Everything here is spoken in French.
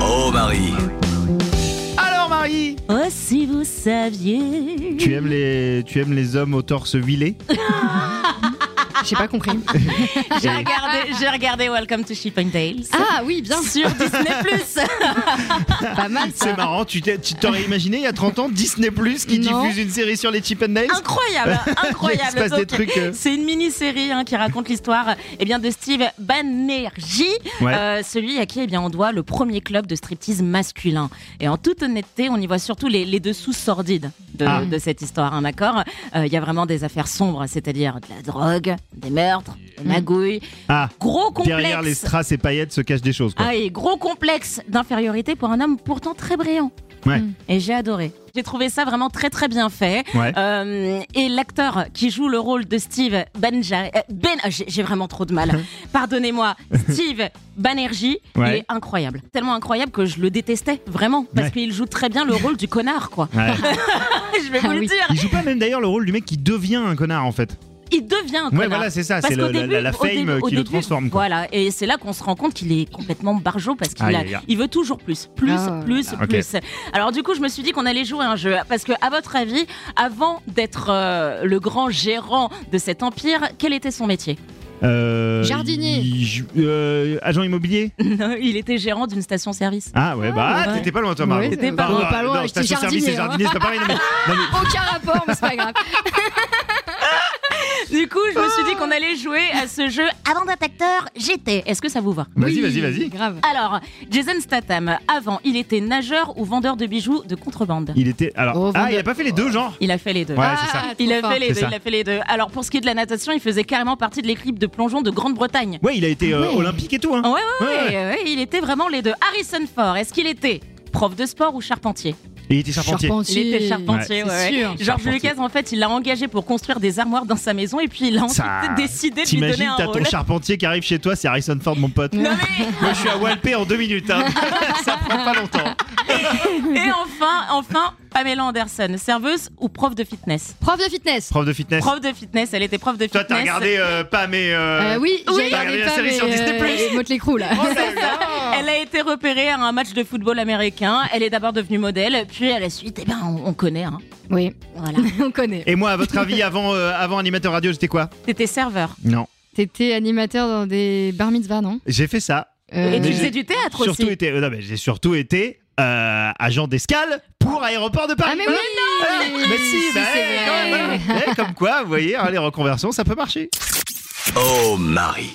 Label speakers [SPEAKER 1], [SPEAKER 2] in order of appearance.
[SPEAKER 1] Oh Marie
[SPEAKER 2] Alors Marie
[SPEAKER 3] Oh, si vous saviez.
[SPEAKER 4] Tu aimes les, tu aimes les hommes au torse huilé
[SPEAKER 5] J'ai pas compris.
[SPEAKER 3] J'ai regardé, j'ai regardé Welcome to Ship and Tales.
[SPEAKER 5] Ah oui, bien
[SPEAKER 3] Sur Disney Plus.
[SPEAKER 5] pas mal.
[SPEAKER 4] C'est marrant, tu t'es- tu t'aurais imaginé il y a 30 ans Disney Plus qui
[SPEAKER 5] Non.
[SPEAKER 4] diffuse une série sur les Chip and Dale
[SPEAKER 3] Incroyable, incroyable.
[SPEAKER 4] Il se passe des
[SPEAKER 3] Donc,
[SPEAKER 4] trucs, euh.
[SPEAKER 3] C'est une mini-série hein, qui raconte l'histoire euh, eh bien de Steve Banerjee,
[SPEAKER 4] Ouais.
[SPEAKER 3] euh, celui à qui eh bien on doit le premier club de striptease masculin. Et en toute honnêteté, on y voit surtout les, les dessous sordides de,
[SPEAKER 4] Ah.
[SPEAKER 3] de cette histoire, hein, d'accord Euh, Il y a vraiment des affaires sombres, c'est-à-dire de la drogue, des meurtres, des magouilles,
[SPEAKER 4] Ah,
[SPEAKER 3] gros complexe.
[SPEAKER 4] derrière les strass et paillettes se cachent des choses. Quoi.
[SPEAKER 3] Ah, et gros complexe d'infériorité pour un homme pourtant très brillant.
[SPEAKER 4] Ouais.
[SPEAKER 3] Et j'ai adoré. J'ai trouvé ça vraiment très très bien fait.
[SPEAKER 4] Ouais.
[SPEAKER 3] Euh, et l'acteur qui joue le rôle de Steve Benja, euh, Ben, ah, j'ai j'ai vraiment trop de mal. Pardonnez-moi, Steve Banerjee, il
[SPEAKER 4] Ouais.
[SPEAKER 3] est incroyable, tellement incroyable que je le détestais vraiment parce
[SPEAKER 4] Ouais.
[SPEAKER 3] qu'il joue très bien le rôle du connard quoi.
[SPEAKER 4] Ouais.
[SPEAKER 3] je vais vous
[SPEAKER 5] Ah
[SPEAKER 3] le
[SPEAKER 5] oui.
[SPEAKER 3] dire,
[SPEAKER 4] Il joue pas même d'ailleurs le rôle du mec qui devient un connard en fait.
[SPEAKER 3] il devient un
[SPEAKER 4] Ouais,
[SPEAKER 3] connard.
[SPEAKER 4] voilà, c'est ça,
[SPEAKER 3] Parce
[SPEAKER 4] Ah, c'est le-
[SPEAKER 3] qu'au
[SPEAKER 4] la-
[SPEAKER 3] début-
[SPEAKER 4] la, la
[SPEAKER 3] au
[SPEAKER 4] fame
[SPEAKER 3] début- au
[SPEAKER 4] qui le
[SPEAKER 3] début,
[SPEAKER 4] transforme. Quoi.
[SPEAKER 3] Voilà, et c'est là qu'on se rend compte qu'il est complètement barjot parce qu'il
[SPEAKER 4] Aïe,
[SPEAKER 3] a-
[SPEAKER 4] aïe, aïe.
[SPEAKER 3] il veut toujours plus, plus,
[SPEAKER 5] Ah.
[SPEAKER 3] plus,
[SPEAKER 4] Ah, ok.
[SPEAKER 3] plus. Alors du coup, je me suis dit qu'on allait jouer à un jeu parce que, à votre avis, avant d'être euh, le grand gérant de cet empire, quel était son métier
[SPEAKER 4] Euh,
[SPEAKER 5] Jardinier.
[SPEAKER 4] il joue- euh, agent immobilier
[SPEAKER 3] Non, Il était gérant d'une station-service.
[SPEAKER 4] Ah ouais, bah ah,
[SPEAKER 5] ouais.
[SPEAKER 4] t'étais pas loin toi Margot.
[SPEAKER 5] Ouais,
[SPEAKER 3] T'étais pas
[SPEAKER 4] Pardon,
[SPEAKER 5] loin, pas loin,
[SPEAKER 4] non,
[SPEAKER 5] j'étais
[SPEAKER 4] station service et
[SPEAKER 5] jardinier,
[SPEAKER 4] jardinier,
[SPEAKER 5] hein.
[SPEAKER 4] c'est pas pareil. non, mais- non, mais-
[SPEAKER 5] Aucun rapport, mais c'est pas grave.
[SPEAKER 3] Du coup, je me suis dit qu'on allait jouer à ce jeu avant d'être acteur. J'étais. Est-ce que ça vous va
[SPEAKER 4] Vas-y,
[SPEAKER 5] Oui,
[SPEAKER 4] vas-y, vas-y.
[SPEAKER 5] Grave.
[SPEAKER 3] Alors, Jason Statham, avant, il était nageur ou vendeur de bijoux de contrebande.
[SPEAKER 4] Il était. Alors,
[SPEAKER 5] Oh,
[SPEAKER 4] ah,
[SPEAKER 5] vendeur.
[SPEAKER 4] il a pas fait les deux genres
[SPEAKER 3] Il a fait les deux.
[SPEAKER 4] Ouais, c'est ça.
[SPEAKER 5] Ah,
[SPEAKER 3] Il a
[SPEAKER 5] trop
[SPEAKER 3] fait les
[SPEAKER 4] C'est
[SPEAKER 3] deux,
[SPEAKER 4] ça.
[SPEAKER 3] il a fait les deux. Alors pour ce qui est de la natation, il faisait carrément partie de l'équipe de plongeon de Grande-Bretagne.
[SPEAKER 4] Ouais, il a été euh,
[SPEAKER 5] Ouais.
[SPEAKER 4] olympique et tout. Hein.
[SPEAKER 3] Ouais, ouais, ouais,
[SPEAKER 4] Ouais, ouais.
[SPEAKER 3] ouais, ouais, il était vraiment les deux. Harrison Ford, est-ce qu'il était prof de sport ou charpentier
[SPEAKER 4] Et il était charpentier.
[SPEAKER 3] Il était charpentier, ouais.
[SPEAKER 5] c'est
[SPEAKER 3] ouais.
[SPEAKER 5] sûr.
[SPEAKER 3] George
[SPEAKER 4] Charpentier.
[SPEAKER 3] Lucas, en fait, il l'a engagé pour construire des armoires dans sa maison et puis il a ensuite
[SPEAKER 4] Ça-
[SPEAKER 3] décidé de lui donner
[SPEAKER 4] T'imagines,
[SPEAKER 3] un
[SPEAKER 4] t'as ton
[SPEAKER 3] rôle.
[SPEAKER 4] charpentier qui arrive chez toi, c'est Harrison Ford, mon pote.
[SPEAKER 3] Non, mais-
[SPEAKER 4] Moi, je suis à Walpé en deux minutes. Hein. ça prend pas longtemps.
[SPEAKER 3] et enfin, enfin, Pamela Anderson, serveuse ou prof de fitness
[SPEAKER 5] Prof de fitness.
[SPEAKER 4] Prof de fitness.
[SPEAKER 3] Prof de fitness, elle était prof de
[SPEAKER 4] Toi,
[SPEAKER 3] fitness.
[SPEAKER 4] t'as regardé euh, pas mais. euh,
[SPEAKER 5] Euh, oui,
[SPEAKER 4] Oui.
[SPEAKER 5] j'ai
[SPEAKER 4] T'as regardé
[SPEAKER 5] regardé
[SPEAKER 4] la
[SPEAKER 5] pas,
[SPEAKER 4] série
[SPEAKER 5] mais,
[SPEAKER 4] sur Disney+.
[SPEAKER 5] euh, Motley Crue, là.
[SPEAKER 4] Oh là là.
[SPEAKER 3] Elle a été repérée à un match de football américain. Elle est d'abord devenue modèle, puis à la suite, eh ben, on, on connaît. hein.
[SPEAKER 5] Oui,
[SPEAKER 3] Voilà.
[SPEAKER 5] on connaît.
[SPEAKER 4] Et moi, à votre avis, avant, euh, avant animateur radio, j'étais quoi
[SPEAKER 3] T'étais serveur.
[SPEAKER 4] Non.
[SPEAKER 5] T'étais animateur dans des bar mitzvahs, non
[SPEAKER 4] J'ai fait ça.
[SPEAKER 5] Euh,
[SPEAKER 3] Et tu
[SPEAKER 4] mais
[SPEAKER 3] faisais
[SPEAKER 4] j'ai
[SPEAKER 3] du théâtre
[SPEAKER 4] Surtout
[SPEAKER 3] aussi.
[SPEAKER 4] été. euh, non, mais j'ai surtout été euh, agent d'escale pour aéroport de Paris.
[SPEAKER 5] Ah mais oui
[SPEAKER 4] Ah, mais si,
[SPEAKER 5] Si,
[SPEAKER 4] bah,
[SPEAKER 5] c'est
[SPEAKER 4] eh, quand
[SPEAKER 5] vrai.
[SPEAKER 4] même, hein. Eh, comme quoi, vous voyez, hein, les reconversions, ça peut marcher.
[SPEAKER 1] Oh Marie